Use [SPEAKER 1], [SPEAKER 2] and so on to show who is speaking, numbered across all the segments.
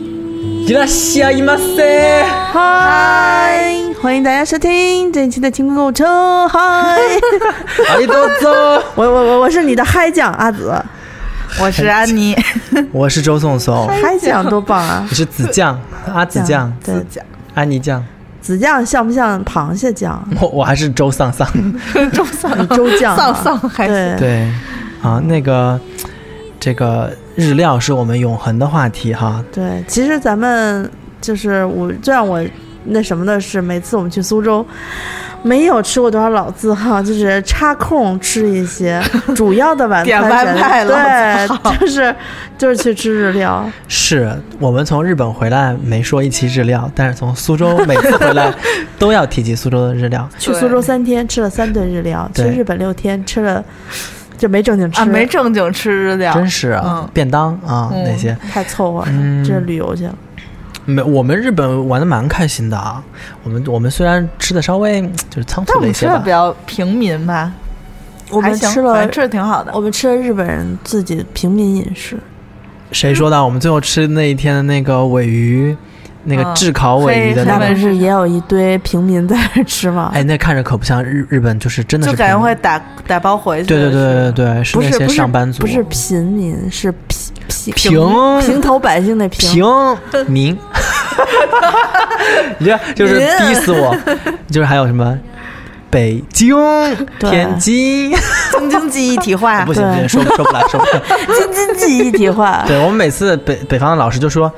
[SPEAKER 1] いらっしゃいませ。
[SPEAKER 2] 嗨，欢迎大家收听这一期的清空购物车。嗨，
[SPEAKER 1] ありがとう。
[SPEAKER 2] 我我我我是你的嗨酱阿紫，
[SPEAKER 3] 我是安妮，
[SPEAKER 1] 我是周颂颂，
[SPEAKER 2] 嗨酱多棒啊！
[SPEAKER 1] 我是子酱，阿子酱，
[SPEAKER 2] 对，
[SPEAKER 1] 安妮酱，
[SPEAKER 2] 子酱像不像螃蟹酱？
[SPEAKER 1] 我我还是周丧丧。
[SPEAKER 3] 周丧
[SPEAKER 2] 你周酱 啊
[SPEAKER 3] 丧丧还行。
[SPEAKER 2] 对，
[SPEAKER 1] 对，啊，那个，这个日料是我们永恒的话题哈。
[SPEAKER 2] 对，其实咱们就是我最让我那什么的是，每次我们去苏州。没有吃过多少老字号， 就是插空吃一 些主要的晚餐
[SPEAKER 3] 点
[SPEAKER 2] 选。
[SPEAKER 3] 外卖老字号
[SPEAKER 2] 对，就是就是去吃日料。
[SPEAKER 1] 是我们从日本回来没说一期日料，但是从苏州每次回来都要提及苏州的日 料。
[SPEAKER 2] 去
[SPEAKER 3] 对
[SPEAKER 2] 苏州三天吃了三顿日料，去
[SPEAKER 1] 对
[SPEAKER 2] 日本六天吃了，就没正经吃，
[SPEAKER 3] 啊，没正经吃日料，
[SPEAKER 1] 真是啊
[SPEAKER 3] 嗯，
[SPEAKER 1] 便当啊
[SPEAKER 3] 嗯
[SPEAKER 1] 那些，
[SPEAKER 2] 太凑合了，
[SPEAKER 1] 嗯
[SPEAKER 2] 这旅游去了。
[SPEAKER 1] 没，我们日本玩的蛮开心的啊。我们我们虽然吃的稍微就是仓
[SPEAKER 3] 但
[SPEAKER 1] 促
[SPEAKER 3] 我
[SPEAKER 1] 了一
[SPEAKER 3] 们吃
[SPEAKER 1] 些
[SPEAKER 3] 的
[SPEAKER 1] 吧
[SPEAKER 3] 比，较平民吧，
[SPEAKER 2] 我
[SPEAKER 3] 还
[SPEAKER 2] 们
[SPEAKER 3] 行
[SPEAKER 2] 吃
[SPEAKER 3] 反
[SPEAKER 2] 了哦
[SPEAKER 3] 正，吃的挺好的。
[SPEAKER 2] 我们吃了日本人自己平民饮食，
[SPEAKER 1] 谁说的？我们最后吃那一天的那个尾鱼，那个
[SPEAKER 3] 嗯
[SPEAKER 1] 炙烤尾鱼的
[SPEAKER 3] 黑
[SPEAKER 1] 那
[SPEAKER 2] 那
[SPEAKER 3] 黑
[SPEAKER 1] 个
[SPEAKER 3] 尾，
[SPEAKER 2] 不是也有一堆平民在那儿吃吗？
[SPEAKER 1] 哎，那看着可不像日日本，就是真的
[SPEAKER 3] 就是感觉
[SPEAKER 1] 平
[SPEAKER 3] 会打打包回去。
[SPEAKER 1] 对对对对
[SPEAKER 3] 对，
[SPEAKER 1] 对，是
[SPEAKER 2] 不
[SPEAKER 1] 那
[SPEAKER 2] 是
[SPEAKER 1] 些
[SPEAKER 2] 不是
[SPEAKER 1] 上班族，
[SPEAKER 2] 不是贫民，是平平
[SPEAKER 1] 平
[SPEAKER 2] 平头百姓的平。
[SPEAKER 1] 平民，你看就是
[SPEAKER 2] 民
[SPEAKER 1] 逼死我，就是还有什么北京、
[SPEAKER 2] 对啊
[SPEAKER 1] 天津，
[SPEAKER 3] 京津冀一 体 化
[SPEAKER 1] 不。行不行，
[SPEAKER 2] 对
[SPEAKER 1] 说不说不来说不来。，
[SPEAKER 2] 京津冀一体化
[SPEAKER 1] 对我们每次北北方的老师就说。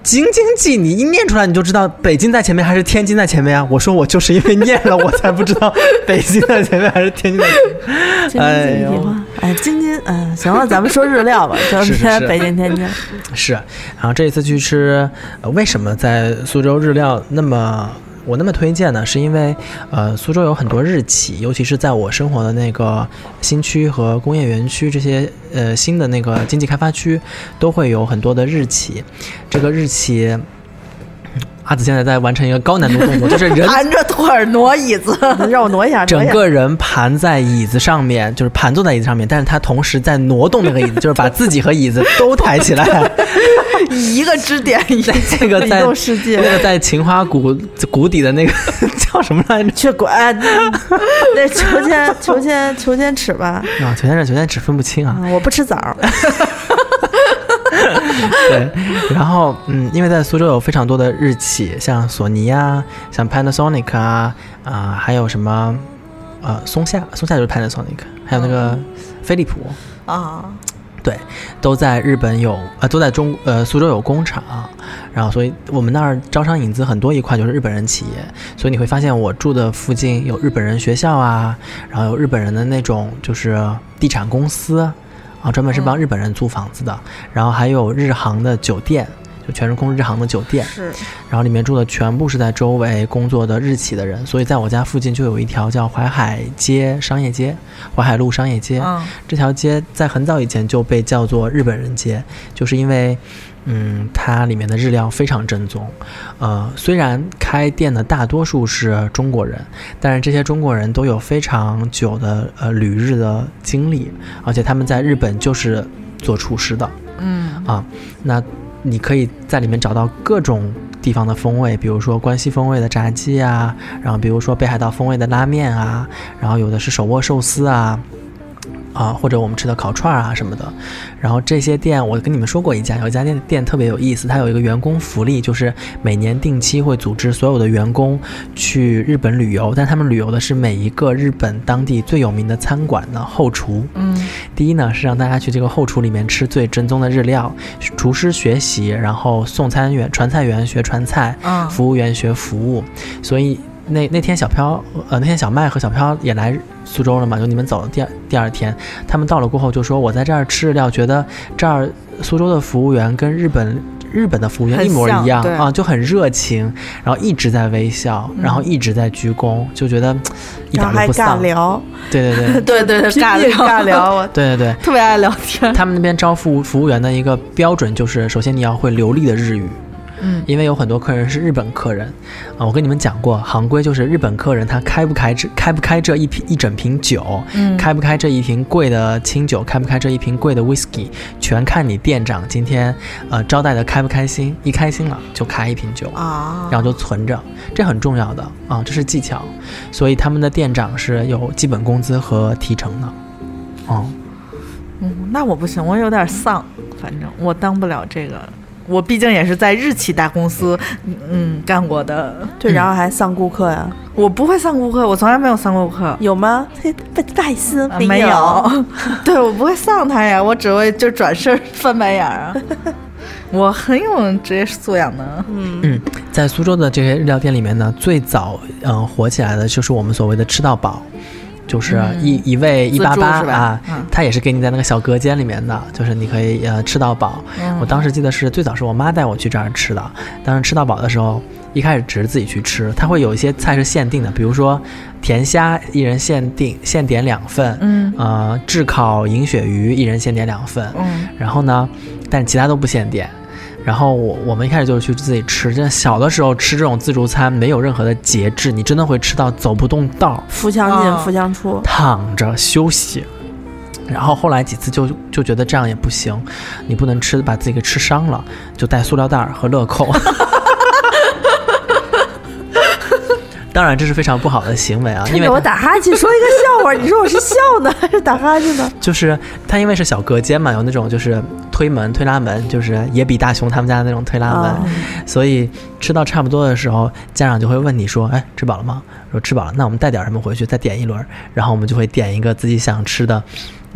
[SPEAKER 1] 京津冀，你一念出来你就知道北京在前面还是天津在前面啊！我说我就是因为念了，我才不知道北京在前面还是天津在前面。
[SPEAKER 2] 京津冀一体化。哎，京津，嗯，行了，咱们说 日料吧，就是
[SPEAKER 1] 是
[SPEAKER 2] 别
[SPEAKER 1] 是
[SPEAKER 2] 北京天津。
[SPEAKER 1] 是，然后这一次去吃，呃，为什么在苏州日料那么我那么推荐呢？是因为，呃，苏州有很多日企，尤其是在我生活的那个新区和工业园区这些呃新的那个经济开发区，都会有很多的日企。这个日企，阿紫现在在完成一个高难度动作，就是
[SPEAKER 2] 哎
[SPEAKER 1] 人
[SPEAKER 3] 盘着腿儿挪椅子，
[SPEAKER 2] 让我挪 一下，挪
[SPEAKER 1] 整
[SPEAKER 2] 一下。
[SPEAKER 1] 个人盘在椅子上面，就是盘坐在椅子上面，但是他同时在挪动那个椅子，就是把自己和椅子都抬 起来。
[SPEAKER 3] 以一个支点一个
[SPEAKER 1] 这个
[SPEAKER 2] 移
[SPEAKER 1] 在
[SPEAKER 2] 动世 界
[SPEAKER 1] 那个在秦花谷谷底的那个叫什么来着？
[SPEAKER 2] 去滚！ 那裘千裘千裘千尺吧，
[SPEAKER 1] 啊，九天这九天只分不清啊。
[SPEAKER 2] 啊，我不吃枣儿，
[SPEAKER 1] 对，然后嗯，因为在苏州有非常多的日企，像索尼啊，像 Panasonic 啊，啊、还有什么呃松下，松下就是 Panasonic，还有那个飞利浦，
[SPEAKER 3] 啊，
[SPEAKER 1] 呃都在日本有啊、都在中呃苏州有工厂，然后所以我们那儿招商引资很多一块就是日本人企业，所以你会发现我住的附近有日本人学校啊，然后有日本人的那种就是地产公司啊，专门是帮日本人租房子的，然后还有日航的酒店，就全日空日航的酒店，
[SPEAKER 3] 是
[SPEAKER 1] 然后里面住的全部是在周围工作的日企的人，所以在我家附近就有一条叫淮海街商业街，淮海路商业街，
[SPEAKER 3] 嗯，
[SPEAKER 1] 这条街在很早以前就被叫做日本人街，就是因为，嗯，它里面的日料非常正宗。呃，虽然开店的大多数是中国人，但是这些中国人都有非常久的呃旅日的经历，而且他们在日本就是做厨师的。
[SPEAKER 3] 嗯
[SPEAKER 1] 啊，那你可以在里面找到各种地方的风味，比如说关西风味的炸鸡啊，然后比如说北海道风味的拉面啊，然后有的是手握寿司啊。啊，或者我们吃的烤串啊什么的，然后这些店我跟你们说过一家，有一家店店特别有意思，它有一个员工福利，就是每年定期会组织所有的员工去日本旅游，但他们旅游的是每一个日本当地最有名的餐馆的后厨。
[SPEAKER 3] 嗯，
[SPEAKER 1] 第一呢是让大家去这个后厨里面吃最正宗的日料，厨师学习，然后送餐员、传菜员学传菜，
[SPEAKER 3] 嗯
[SPEAKER 1] 服务员学服务。所以那那天小飘，呃，那天小麦和小飘也来苏州了嘛，就你们走的第二第二天，他们到了过后就说我在这儿吃日料，觉得这儿苏州的服务员跟日本。日本的服务员
[SPEAKER 3] 很
[SPEAKER 1] 一模
[SPEAKER 3] 像
[SPEAKER 1] 一样
[SPEAKER 3] 对
[SPEAKER 2] 哦
[SPEAKER 1] 啊，就很热情，然后一直在微笑，然后一直在鞠躬，就觉得嘖一点
[SPEAKER 2] 然后
[SPEAKER 1] 都
[SPEAKER 2] 还
[SPEAKER 1] 不
[SPEAKER 2] 尬
[SPEAKER 1] 丧。
[SPEAKER 2] 聊，
[SPEAKER 1] 对对对
[SPEAKER 3] 对对 对，
[SPEAKER 2] 拼
[SPEAKER 3] 尬
[SPEAKER 2] 命
[SPEAKER 3] 聊
[SPEAKER 2] 尬，聊，我
[SPEAKER 1] 对对对，
[SPEAKER 3] 特 别爱聊天，
[SPEAKER 1] 他们那边招服务服务员的一个标准就是，首先你要会流利的日语，
[SPEAKER 3] 嗯
[SPEAKER 1] 因为有很多客人是日本客人啊。我跟你们讲过，行规就是日本客人他开不开这开不开这一瓶一整瓶酒，
[SPEAKER 3] 嗯
[SPEAKER 1] 开不开这一瓶贵的清酒，开不开这一瓶贵的 whisky，全看你店长今天呃招待的开不开心，一开心了就开一瓶酒。
[SPEAKER 3] 啊，
[SPEAKER 1] 然后就存着，这很重要的啊，这是技巧。所以他们的店长是有基本工资和提成的，哦、
[SPEAKER 3] 嗯，那我不行，我有点丧，反正我当不了这个。我毕竟也是在日企大公司，嗯，干过的。
[SPEAKER 2] 对，然后还丧顾客呀？
[SPEAKER 3] 我不会上顾客，我从来没有上过课。
[SPEAKER 2] 有吗？嘿不不好意思，
[SPEAKER 3] 啊没
[SPEAKER 2] 有。
[SPEAKER 3] 有， 对我不会丧他呀，我只会就转身翻白眼儿 啊。我很有职业素养的，
[SPEAKER 1] 嗯，在苏州的这些日料店里面呢，最早嗯、呃火起来的就是我们所谓的吃到饱，就是一、一位一
[SPEAKER 3] 嗯自
[SPEAKER 1] 八
[SPEAKER 3] 助
[SPEAKER 1] 八
[SPEAKER 3] 是吧
[SPEAKER 1] 啊，
[SPEAKER 3] 嗯
[SPEAKER 1] 它也是给你在那个小隔间里面的，就是你可以呃吃到饱。
[SPEAKER 3] 嗯
[SPEAKER 1] 我当时记得是最早是我妈带我去这儿吃的，当时吃到饱的时候，一开始只是自己去吃，它会有一些菜是限定的，比如说甜虾一人限定限点两份，
[SPEAKER 3] 嗯
[SPEAKER 1] 呃炙烤银鳕鱼一人限点两份，
[SPEAKER 3] 嗯，
[SPEAKER 1] 然后呢，但其他都不限点。然后我我们一开始就是去自己吃，真的小的时候吃这种自助餐没有任何的节制，你真的会吃到走不动道，
[SPEAKER 2] 腹腔
[SPEAKER 3] 哦
[SPEAKER 2] 进，腹腔出。
[SPEAKER 1] 躺着休息。然后后来几次就就觉得这样也不行，你不能吃把自己给吃伤了，就带塑料袋儿和乐扣。 当然这是非常不好的行为啊，因
[SPEAKER 2] 趁
[SPEAKER 1] 为
[SPEAKER 2] 着我
[SPEAKER 1] 它
[SPEAKER 2] 打哈欠说一个笑话，你说我是笑呢还是打哈 欠呢？
[SPEAKER 1] 就是它因为是小隔间嘛，有那种就是推门推拉门，就是野比大雄他们家的那种推拉门，
[SPEAKER 2] 啊，
[SPEAKER 1] 所以吃到差不多的时候，家长就会问你说：“哎，吃饱了吗？”说吃饱了，那我们带点什么回去，再点一轮儿。然后我们就会点一个自己想吃的，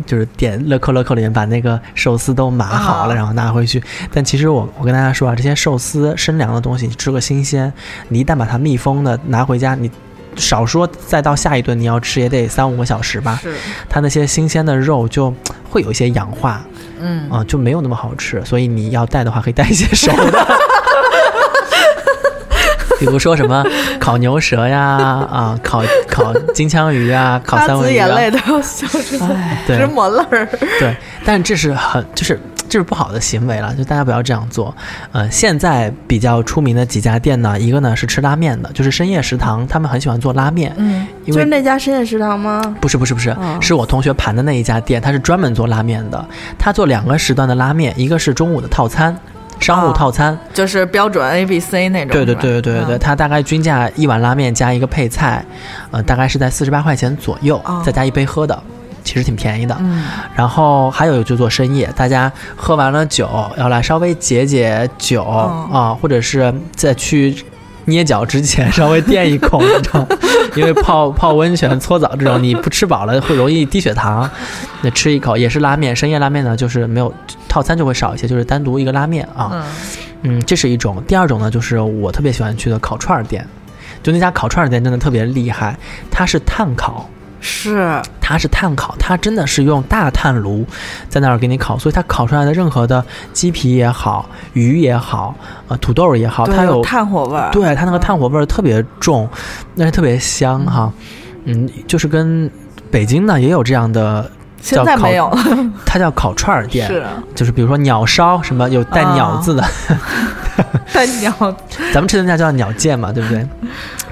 [SPEAKER 1] 就是点乐扣乐扣里面把那个寿司都码好了，
[SPEAKER 3] 啊
[SPEAKER 1] 然后拿回去。但其实我我跟大家说啊，这些寿司生凉的东西，你吃个新鲜，你一旦把它密封的拿回家，你少说再到下一顿你要吃也得三五个小时吧。
[SPEAKER 3] 是，
[SPEAKER 1] 它那些新鲜的肉就嘖会有一些氧化，
[SPEAKER 3] 嗯
[SPEAKER 1] 啊、就没有那么好吃。所以你要带的话，可以带一些熟的， 比如说什么烤牛舌呀，啊，烤烤金枪鱼啊，烤
[SPEAKER 3] 阿
[SPEAKER 1] 三文
[SPEAKER 3] 紫
[SPEAKER 1] 鱼
[SPEAKER 3] 眼
[SPEAKER 1] 啊，
[SPEAKER 3] 泪都要笑出来，直
[SPEAKER 1] 对
[SPEAKER 3] 抹泪儿。
[SPEAKER 1] 对。但这是很就是这是不好的行为了，就大家不要这样做。呃，现在比较出名的几家店呢，一个呢是吃拉面的，就是深夜食堂，他们很喜欢做拉面，
[SPEAKER 3] 嗯，
[SPEAKER 1] 因
[SPEAKER 2] 就
[SPEAKER 1] 为
[SPEAKER 2] 是那家深夜食堂吗？
[SPEAKER 1] 不是不是不是，
[SPEAKER 2] 哦
[SPEAKER 1] 是我同学盘的那一家店，他是专门做拉面的。他做两个时段的拉面，一个是中午的套餐，商务
[SPEAKER 3] 哦
[SPEAKER 1] 套餐，
[SPEAKER 3] 就是标准 A B C 那种。
[SPEAKER 1] 对对
[SPEAKER 3] 是吧
[SPEAKER 1] 对对对对，，它大概均价一碗拉面加一个配菜，呃，大概是在四十八块钱左右，
[SPEAKER 3] 哦
[SPEAKER 1] 再加一杯喝的，其实挺便宜的。
[SPEAKER 3] 嗯
[SPEAKER 1] 然后还有就做深夜，大家喝完了酒要来稍微解解酒啊、
[SPEAKER 3] 哦
[SPEAKER 1] 或者是在去捏脚之前稍微垫一口那种，因为泡泡温泉、搓澡这种你不吃饱了会容易低血糖，那吃一口也是拉面，深夜拉面呢就是没有套餐就会少一些，就是单独一个拉面啊。
[SPEAKER 3] 嗯
[SPEAKER 1] 嗯，这是一种。第二种呢，就是我特别喜欢去的烤串儿店，就那家烤串儿店真的特别厉害，它是炭烤。
[SPEAKER 3] 是，
[SPEAKER 1] 它是炭烤，它真的是用大炭炉在那儿给你烤，所以它烤出来的任何的鸡皮也好，鱼也好，呃，土豆儿也好，
[SPEAKER 3] 对嗯
[SPEAKER 1] 它
[SPEAKER 3] 有
[SPEAKER 1] 有
[SPEAKER 3] 炭火味儿。
[SPEAKER 1] 对它那个炭火味儿特别重，但是特别香哈。嗯，就是跟北京呢也有这样的，
[SPEAKER 3] 现在没有了，
[SPEAKER 1] 它叫烤串儿店，
[SPEAKER 3] 是
[SPEAKER 1] 就是比如说鸟烧什么有带
[SPEAKER 3] 啊
[SPEAKER 1] 鸟字的，
[SPEAKER 3] 但你要
[SPEAKER 1] 咱们吃的那叫鸟见嘛，对不对？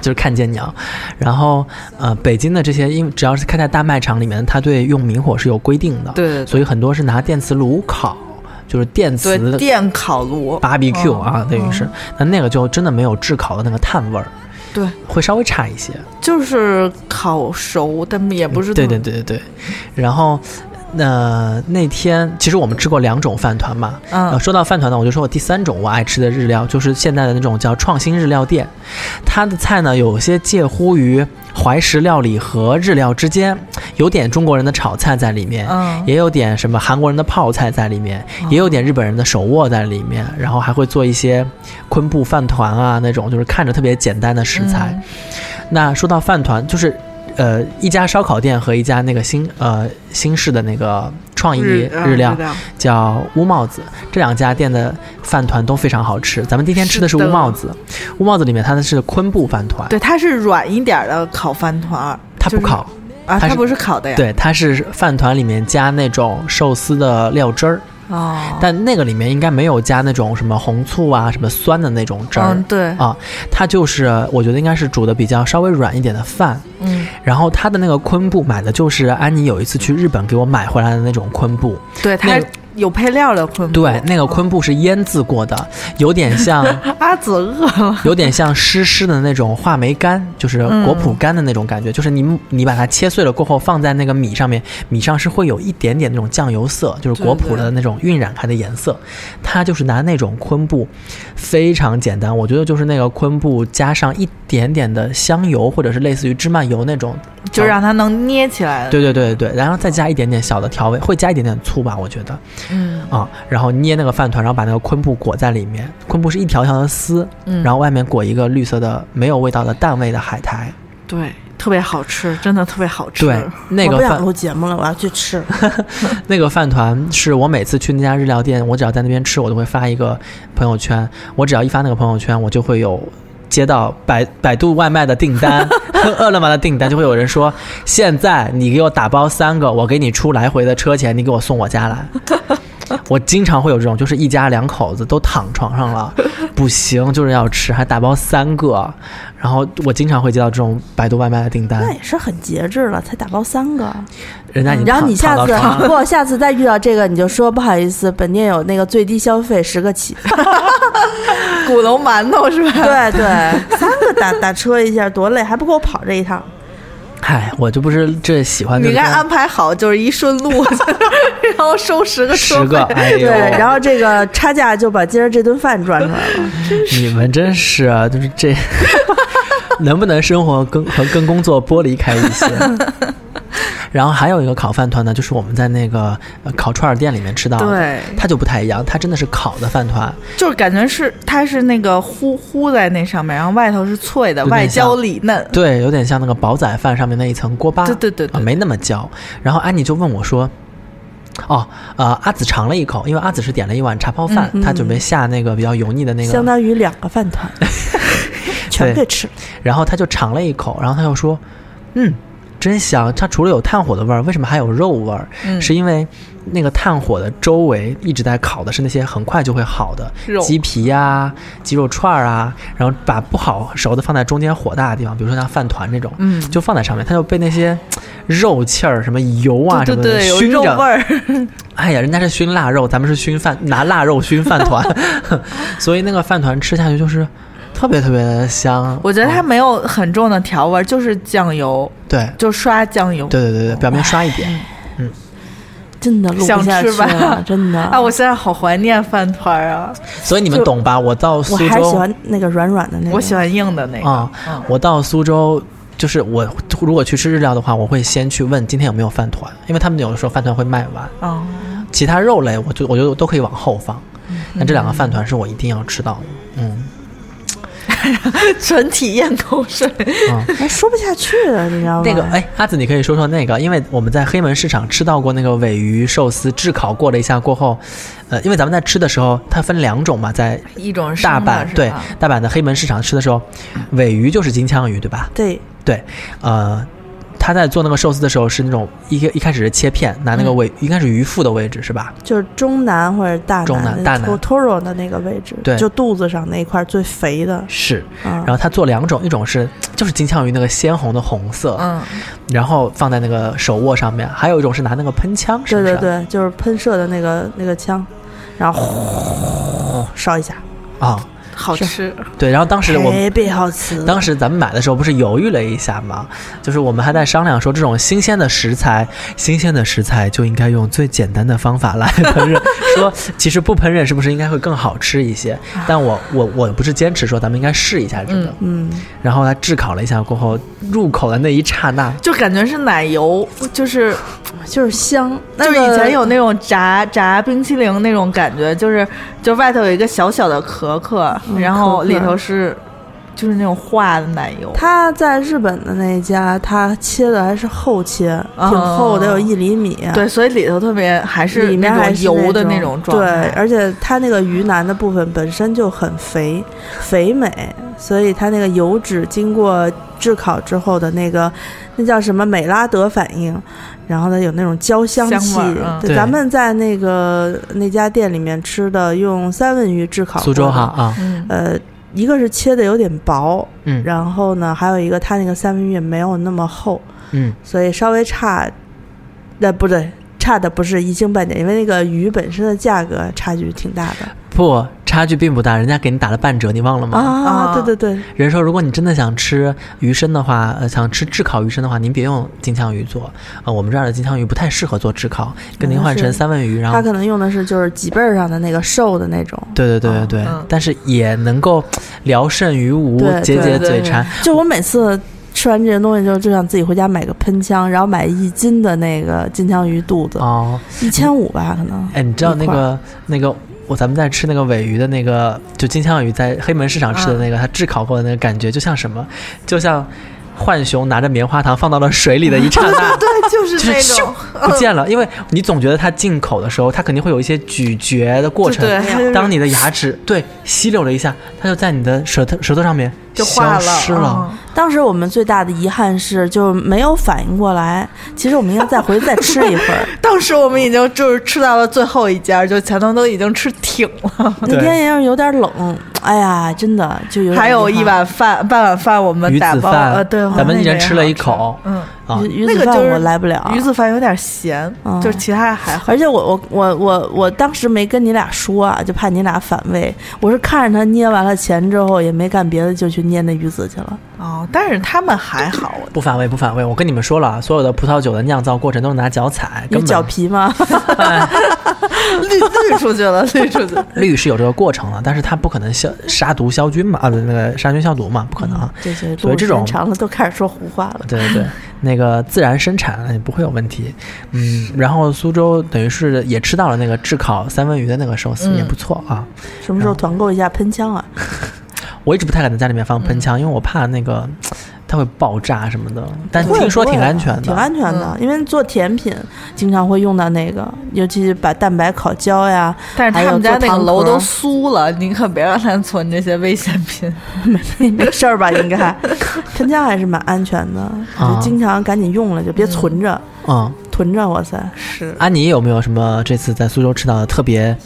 [SPEAKER 1] 就是看见鸟，然后呃，北京的这些，因为只要是开在大卖场里面，它对用明火是有规定的，
[SPEAKER 3] 对对
[SPEAKER 1] 所以很多是拿电磁炉烤，就是电磁
[SPEAKER 3] 对电哦烤炉，
[SPEAKER 1] barbecue 啊，等于是，那那个就真的没有炙烤的那个炭味儿，
[SPEAKER 3] 对，
[SPEAKER 1] 会稍微差一些。
[SPEAKER 3] 就是烤熟，但也不是
[SPEAKER 1] 对对对对对，然后。那、那天其实我们吃过两种饭团嘛，呃，
[SPEAKER 3] 嗯
[SPEAKER 1] 说到饭团呢，我就说我第三种我爱吃的日料就是现在的那种叫创新日料店，它的菜呢有些介乎于怀石料理和日料之间，有点中国人的炒菜在里面。
[SPEAKER 3] 嗯
[SPEAKER 1] 也有点什么韩国人的泡菜在里面，
[SPEAKER 3] 哦
[SPEAKER 1] 也有点日本人的手握在里面，然后还会做一些昆布饭团啊那种，就是看着特别简单的食材。
[SPEAKER 3] 嗯
[SPEAKER 1] 那说到饭团，就是呃一家烧烤店和一家那个新呃新式的那个创意
[SPEAKER 3] 日啊
[SPEAKER 1] 日料，叫乌帽子，这两家店的饭团都非常好吃。咱们今天吃的是
[SPEAKER 3] 是
[SPEAKER 1] 乌
[SPEAKER 3] 的
[SPEAKER 1] 帽子，乌帽子里面它的是昆布饭团，
[SPEAKER 3] 对，它是软一点的烤饭团儿，
[SPEAKER 1] 它不
[SPEAKER 3] 就是
[SPEAKER 1] 烤，
[SPEAKER 3] 啊，
[SPEAKER 1] 它是
[SPEAKER 3] 它不是烤的呀，
[SPEAKER 1] 对，它是饭团里面加那种寿司的料汁儿，
[SPEAKER 3] 哦，
[SPEAKER 1] 但那个里面应该没有加那种什么红醋啊、什么酸的那种汁儿，啊
[SPEAKER 3] 嗯对，
[SPEAKER 1] 它就是我觉得应该是煮的比较稍微软一点的饭。
[SPEAKER 3] 嗯
[SPEAKER 1] 然后它的那个昆布买的就是安妮有一次去日本给我买回来的那种昆布，
[SPEAKER 3] 对，它
[SPEAKER 1] 那个
[SPEAKER 3] 有配料的昆布，
[SPEAKER 1] 对，那个昆布是腌制过的，有点像
[SPEAKER 3] 阿紫饿了，
[SPEAKER 1] 有点像湿湿的那种话梅干，就是果脯干的那种感觉，就是你你把它切碎了过后放在那个米上面，米上是会有一点点那种酱油色，就是果脯的那种晕染开的颜色。它就是拿那种昆布，非常简单，我觉得就是那个昆布加上一点点的香油或者是类似于芝麻油那种，
[SPEAKER 3] 就让它能捏起来。，
[SPEAKER 1] 对对对对对，然后再加一点点小的调味，会加一点点醋吧，我觉得。
[SPEAKER 3] 嗯
[SPEAKER 1] 啊，然后捏那个饭团，然后把那个昆布裹在里面。昆布是一条条的丝，
[SPEAKER 3] 嗯，
[SPEAKER 1] 然
[SPEAKER 3] 后
[SPEAKER 1] 后外面裹一个绿色的没有味道的淡味的海苔。
[SPEAKER 3] 对，特别好吃，真的特别好吃。
[SPEAKER 1] 对，那
[SPEAKER 2] 我
[SPEAKER 1] 个
[SPEAKER 2] 不想
[SPEAKER 1] 饭嗯
[SPEAKER 2] 录节目了，我要去吃。
[SPEAKER 1] 那个饭团是我每次去那家日料店，我只要在那边吃，我都会发一个朋友圈。我只要一发那个朋友圈，我就会有。接到百百度外卖的订单， 饿了么的订单，就会有人说：“现在你给我打包三个，我给你出来回的车钱，你给我送我家来。” 我经常会有这种，就是一家两口子都躺床上了，不行，就是要吃，还打包三个。然后我经常会接到这种百度外卖的订单
[SPEAKER 2] 那，也是很节制了，才打包三个。
[SPEAKER 1] 人家已经
[SPEAKER 2] 然后
[SPEAKER 1] 嗯躺躺
[SPEAKER 2] 你下
[SPEAKER 1] 到
[SPEAKER 2] 次啊
[SPEAKER 1] 床上了
[SPEAKER 2] 如果下次再遇到这个，你就说不好意思，本店有那个最低消费十个 起。
[SPEAKER 3] 鼓楼馒头是吧？
[SPEAKER 2] 对对，三个打打车一下多累，还不够跑这一趟。
[SPEAKER 1] 嗨，哎我就不是这喜欢
[SPEAKER 3] 你
[SPEAKER 1] 就
[SPEAKER 3] 应
[SPEAKER 1] 是
[SPEAKER 3] 该
[SPEAKER 1] 这样
[SPEAKER 3] 安排好，就是一顺 路，然后收十 个车
[SPEAKER 1] 十
[SPEAKER 3] 费。
[SPEAKER 1] 个，哎呦，
[SPEAKER 2] 对，然后这个差价就把今儿这顿饭赚出来了。
[SPEAKER 1] 你们真是啊，就是这，能不能生活跟和跟工作剥离开一些？然后还有一个烤饭团呢，就是我们在那个呃烤串儿店里面吃到的，
[SPEAKER 3] 对
[SPEAKER 1] 它就不太一样，它真的是烤的饭团，
[SPEAKER 3] 就是感觉是它是那个糊糊在那上面，然后外头是脆的，
[SPEAKER 1] 有点
[SPEAKER 3] 外焦
[SPEAKER 1] 像
[SPEAKER 3] 里嫩。
[SPEAKER 1] 对，有点像那个煲仔饭上面那一层锅巴，
[SPEAKER 3] 对对对
[SPEAKER 1] 啊，
[SPEAKER 3] 对，
[SPEAKER 1] 没那么焦。然后安妮就问我说：“哦，呃，阿紫尝了一口，因为阿紫是点了一碗茶泡饭，
[SPEAKER 2] 嗯
[SPEAKER 1] 她准备下那个比较油腻的那个，
[SPEAKER 2] 相当于两个 饭团，全给吃。
[SPEAKER 1] 然后他就尝了一口，然后他又说：“嗯，真香！它除了有炭火的味儿，为什么还有肉味儿？
[SPEAKER 3] 嗯
[SPEAKER 1] 是因为那个炭火的周围一直在烤的是那些很快就会好的
[SPEAKER 3] 肉
[SPEAKER 1] 鸡皮呀、鸡肉串儿啊，然后把不好熟的放在中间火大的地方，比如说像饭团这种，
[SPEAKER 3] 嗯
[SPEAKER 1] 就放在上面，它就被那些肉气儿、什么油啊
[SPEAKER 3] 对对
[SPEAKER 1] 什么的
[SPEAKER 3] 对，有
[SPEAKER 1] 熏
[SPEAKER 3] 肉味
[SPEAKER 1] 着。
[SPEAKER 3] 儿。
[SPEAKER 1] 哎呀，人家是熏腊肉，咱们是熏 饭， 拿腊肉熏饭团，所以那个饭团吃下去就是特别特别的香。
[SPEAKER 3] 我觉得它
[SPEAKER 1] 嗯
[SPEAKER 3] 没有很重的调味儿，就是酱油，
[SPEAKER 1] 对。
[SPEAKER 3] 就刷酱油。
[SPEAKER 1] 嗯对对对对，表面刷一
[SPEAKER 3] 嗯
[SPEAKER 1] 点。
[SPEAKER 2] 真的录不下去
[SPEAKER 3] 想吃吧
[SPEAKER 2] 了，真的。
[SPEAKER 3] 啊，我现在好怀念饭团儿啊！
[SPEAKER 1] 所以你们懂吧？我到苏
[SPEAKER 2] 我还是喜
[SPEAKER 1] 州
[SPEAKER 2] 欢那个软软的那个。
[SPEAKER 3] 我喜欢硬的那个。
[SPEAKER 1] 嗯啊、
[SPEAKER 3] 嗯
[SPEAKER 1] 我到苏州就是我如果去吃日料的话，我会先去问今天有没有饭团，因为他们有的时候饭团会卖完。
[SPEAKER 3] 哦，
[SPEAKER 1] 其他肉类，我就我觉得都可以往后放。
[SPEAKER 3] 嗯
[SPEAKER 1] 那这两个饭团是我一定要吃到的。嗯
[SPEAKER 3] 纯体验口水。
[SPEAKER 1] 啊，
[SPEAKER 2] 哎，说不下去了，你知道吗？
[SPEAKER 1] 那个哎，阿紫，你可以说说那个，因为我们在黑门市场吃到过那个尾鱼寿司炙烤过了一下过后，呃，因为咱们在吃的时候，它分两种嘛，在
[SPEAKER 3] 一种是
[SPEAKER 1] 大
[SPEAKER 3] 生的
[SPEAKER 1] 阪
[SPEAKER 3] 是
[SPEAKER 1] 对
[SPEAKER 3] 吧
[SPEAKER 1] 大阪的黑门市场吃的时候，尾鱼就是金枪鱼对吧？
[SPEAKER 2] 对，
[SPEAKER 1] 对，呃，他在做那个寿司的时候是那种一个一开始是切片，拿那个
[SPEAKER 3] 嗯
[SPEAKER 1] 尾、应该是鱼腹的位置是吧？
[SPEAKER 2] 就是中南或者大
[SPEAKER 1] 中南大南
[SPEAKER 2] toro 的那个位置，
[SPEAKER 1] 对
[SPEAKER 2] 就肚子上那一块最肥的。
[SPEAKER 1] 是。
[SPEAKER 2] 嗯
[SPEAKER 1] 然，后他做两种，一种是就是金枪鱼那个鲜红的红色，
[SPEAKER 3] 嗯，
[SPEAKER 1] 然后放在那个手握上面；还有一种是拿那个喷枪，是
[SPEAKER 2] 对
[SPEAKER 1] 不是？啊
[SPEAKER 2] 对对，就是喷射的那个那个枪，然后
[SPEAKER 1] 哦
[SPEAKER 2] 呼烧一下，
[SPEAKER 1] 啊、
[SPEAKER 3] 好吃。
[SPEAKER 1] 对。然后当时我们
[SPEAKER 2] 特别好吃。
[SPEAKER 1] 当时咱们买的时候不是犹豫了一下吗？就是我们还在商量说，这种新鲜的食材，新鲜的食材就应该用最简单的方法来烹饪。 说其实不烹饪是不是应该会更好吃一些？但我我我不是坚持说咱们应该试一下这个。
[SPEAKER 3] 嗯
[SPEAKER 2] 嗯，
[SPEAKER 1] 然后他炙烤了一下过后，入口的那一刹那，
[SPEAKER 3] 就感觉是奶油，就是
[SPEAKER 2] 就是香。那
[SPEAKER 3] 就是
[SPEAKER 2] 个
[SPEAKER 3] 以前有那种炸炸冰淇淋那种感觉，就是就外头有一个小小的壳壳，
[SPEAKER 2] 嗯
[SPEAKER 3] 然
[SPEAKER 2] 壳
[SPEAKER 3] 后
[SPEAKER 2] 壳
[SPEAKER 3] 里头是就是那种化的奶油。
[SPEAKER 2] 他在日本的那一家，他切的还是厚切，
[SPEAKER 3] 哦
[SPEAKER 2] 挺厚的，有一厘米。
[SPEAKER 3] 对，所以里头特别还是
[SPEAKER 2] 里面
[SPEAKER 3] 那种
[SPEAKER 2] 还是
[SPEAKER 3] 油的
[SPEAKER 2] 那
[SPEAKER 3] 那种状
[SPEAKER 2] 对，
[SPEAKER 3] 态。
[SPEAKER 2] 而且它那个鱼腩的部分本身就很肥，肥美，所以它那个油脂经过炙烤之后的那个，那叫什么美拉德反应，然后呢有那种焦香
[SPEAKER 3] 香
[SPEAKER 2] 气。
[SPEAKER 3] 味儿嗯
[SPEAKER 1] 对
[SPEAKER 2] 咱们在那个那家店里面吃的，用三文鱼炙烤，
[SPEAKER 1] 苏州哈，啊，
[SPEAKER 3] 嗯，
[SPEAKER 2] 呃，一个是切的有点薄，
[SPEAKER 1] 嗯
[SPEAKER 2] 然后呢还有一个它那个三文鱼也没有那么厚，
[SPEAKER 1] 嗯，
[SPEAKER 2] 所以稍微差，那不对，差的不是一星半点，因为那个鱼本身的价格差距挺大的
[SPEAKER 1] 不，差距并不大，人家给你打了半折，你忘了吗？
[SPEAKER 2] 啊
[SPEAKER 3] 啊
[SPEAKER 2] 对对对，
[SPEAKER 1] 人说，如果你真的想吃鱼生的话，呃，想吃炙烤鱼生的话，您别用金枪鱼做，呃，我们这儿的金枪鱼不太适合做炙烤，跟您
[SPEAKER 2] 嗯
[SPEAKER 1] 换成
[SPEAKER 2] 是
[SPEAKER 1] 三文鱼，然
[SPEAKER 2] 他
[SPEAKER 1] 后。
[SPEAKER 2] 可能用的是就是脊背儿上的那个瘦的那种。
[SPEAKER 1] 对对对对对，
[SPEAKER 3] 嗯
[SPEAKER 1] 但是也能够聊胜于无，
[SPEAKER 2] 对
[SPEAKER 1] 解解
[SPEAKER 3] 对对
[SPEAKER 1] 嘴
[SPEAKER 3] 对。
[SPEAKER 1] 馋。
[SPEAKER 2] 就我每次吃完这些东西就，就想自己回家买个喷枪，然后买一斤的那个金枪鱼肚子，
[SPEAKER 1] 哦，
[SPEAKER 2] 一千五吧，可能。
[SPEAKER 1] 哎，你知道
[SPEAKER 2] 一
[SPEAKER 1] 那
[SPEAKER 2] 块
[SPEAKER 1] 个那个，我咱们在吃那个尾鱼的那个，就金枪鱼在黑门市场吃的那个，它炙烤过的那个感觉，就像什么，就像浣熊拿着棉花糖放到了水里的一刹那
[SPEAKER 3] 对，就是
[SPEAKER 1] 就是
[SPEAKER 3] 那种
[SPEAKER 1] 不见了，因为你总觉得它进口的时候，它肯定会有一些咀嚼的过程。
[SPEAKER 3] 对对它就是
[SPEAKER 1] 当你的牙齿对吸溜了一下，它就在你的舌头舌头上面
[SPEAKER 3] 就化
[SPEAKER 1] 消失了。
[SPEAKER 3] 嗯
[SPEAKER 2] 当时我们最大的遗憾是，就没有反应过来。其实我们应该再回去再吃一份儿。
[SPEAKER 3] 当时我们已经就是吃到了最后一家，就前头都已经吃挺了，
[SPEAKER 2] 那
[SPEAKER 1] 对
[SPEAKER 2] 天要是有点冷，哎呀，真的就有点
[SPEAKER 3] 还有
[SPEAKER 2] 遗
[SPEAKER 3] 一
[SPEAKER 2] 憾
[SPEAKER 3] 碗饭，半碗饭我们
[SPEAKER 1] 鱼
[SPEAKER 3] 打
[SPEAKER 1] 子
[SPEAKER 3] 包，
[SPEAKER 1] 饭
[SPEAKER 3] 呃，对，
[SPEAKER 1] 咱们一人
[SPEAKER 3] 那个也
[SPEAKER 1] 吃了一
[SPEAKER 3] 好吃
[SPEAKER 1] 口
[SPEAKER 3] 嗯，
[SPEAKER 1] 啊，
[SPEAKER 2] 鱼鱼
[SPEAKER 3] 那
[SPEAKER 2] 子
[SPEAKER 3] 个
[SPEAKER 2] 饭
[SPEAKER 3] 就是
[SPEAKER 2] 我来不了，
[SPEAKER 3] 鱼子饭有点咸，
[SPEAKER 2] 嗯
[SPEAKER 3] 就是其他还好。
[SPEAKER 2] 而且我我我我我当时没跟你俩说啊，就怕你俩反胃。我是看着他捏完了钱之后，也没干别的，就去捏那鱼子去了。
[SPEAKER 3] 哦，但是他们还好，我
[SPEAKER 1] 不反胃不反胃。我跟你们说了啊，所有的葡萄酒的酿造过程都是拿脚踩，
[SPEAKER 2] 有
[SPEAKER 1] 根
[SPEAKER 2] 脚
[SPEAKER 1] 本
[SPEAKER 2] 皮 吗？
[SPEAKER 3] 滤滤出去了，滤出去了。
[SPEAKER 1] 绿是有这个过程的，但是它不可能消杀毒消菌嘛，啊，不那个杀菌消毒
[SPEAKER 3] 嗯
[SPEAKER 1] 嘛，不可能啊。
[SPEAKER 2] 这些
[SPEAKER 1] 所以
[SPEAKER 2] 录
[SPEAKER 1] 这
[SPEAKER 2] 时
[SPEAKER 1] 种
[SPEAKER 2] 间长了都开始说胡话了。
[SPEAKER 1] 对对对，那个自然生产也不会有问题。嗯，然后苏州等于是也吃到了那个炙烤三文鱼的那个寿司，
[SPEAKER 3] 嗯
[SPEAKER 1] 也不错啊。
[SPEAKER 2] 什么时候团购一下喷枪啊？
[SPEAKER 1] 我一直不太敢在家里面放
[SPEAKER 3] 嗯
[SPEAKER 1] 喷枪，因为我怕那个它会爆炸什么的。但
[SPEAKER 2] 会
[SPEAKER 1] 哎听说
[SPEAKER 2] 不
[SPEAKER 3] 啊
[SPEAKER 2] 会
[SPEAKER 1] 挺
[SPEAKER 2] 的
[SPEAKER 1] 安全的。
[SPEAKER 2] 挺安全的，
[SPEAKER 3] 嗯
[SPEAKER 2] 因为做甜品经常会用到那个，尤其是把蛋白烤焦呀。
[SPEAKER 3] 但是他们家那个楼
[SPEAKER 2] 还有
[SPEAKER 3] 都
[SPEAKER 2] 做
[SPEAKER 3] 酥了，你可别让他存这些危险品。
[SPEAKER 2] 没事儿吧？应该，喷枪还是蛮安全的，
[SPEAKER 1] 啊
[SPEAKER 2] 就经常赶紧用了，就别存着，
[SPEAKER 1] 嗯，
[SPEAKER 2] 囤着。哇塞，
[SPEAKER 3] 是，
[SPEAKER 1] 安妮有没有什么这次在苏州吃到的特别，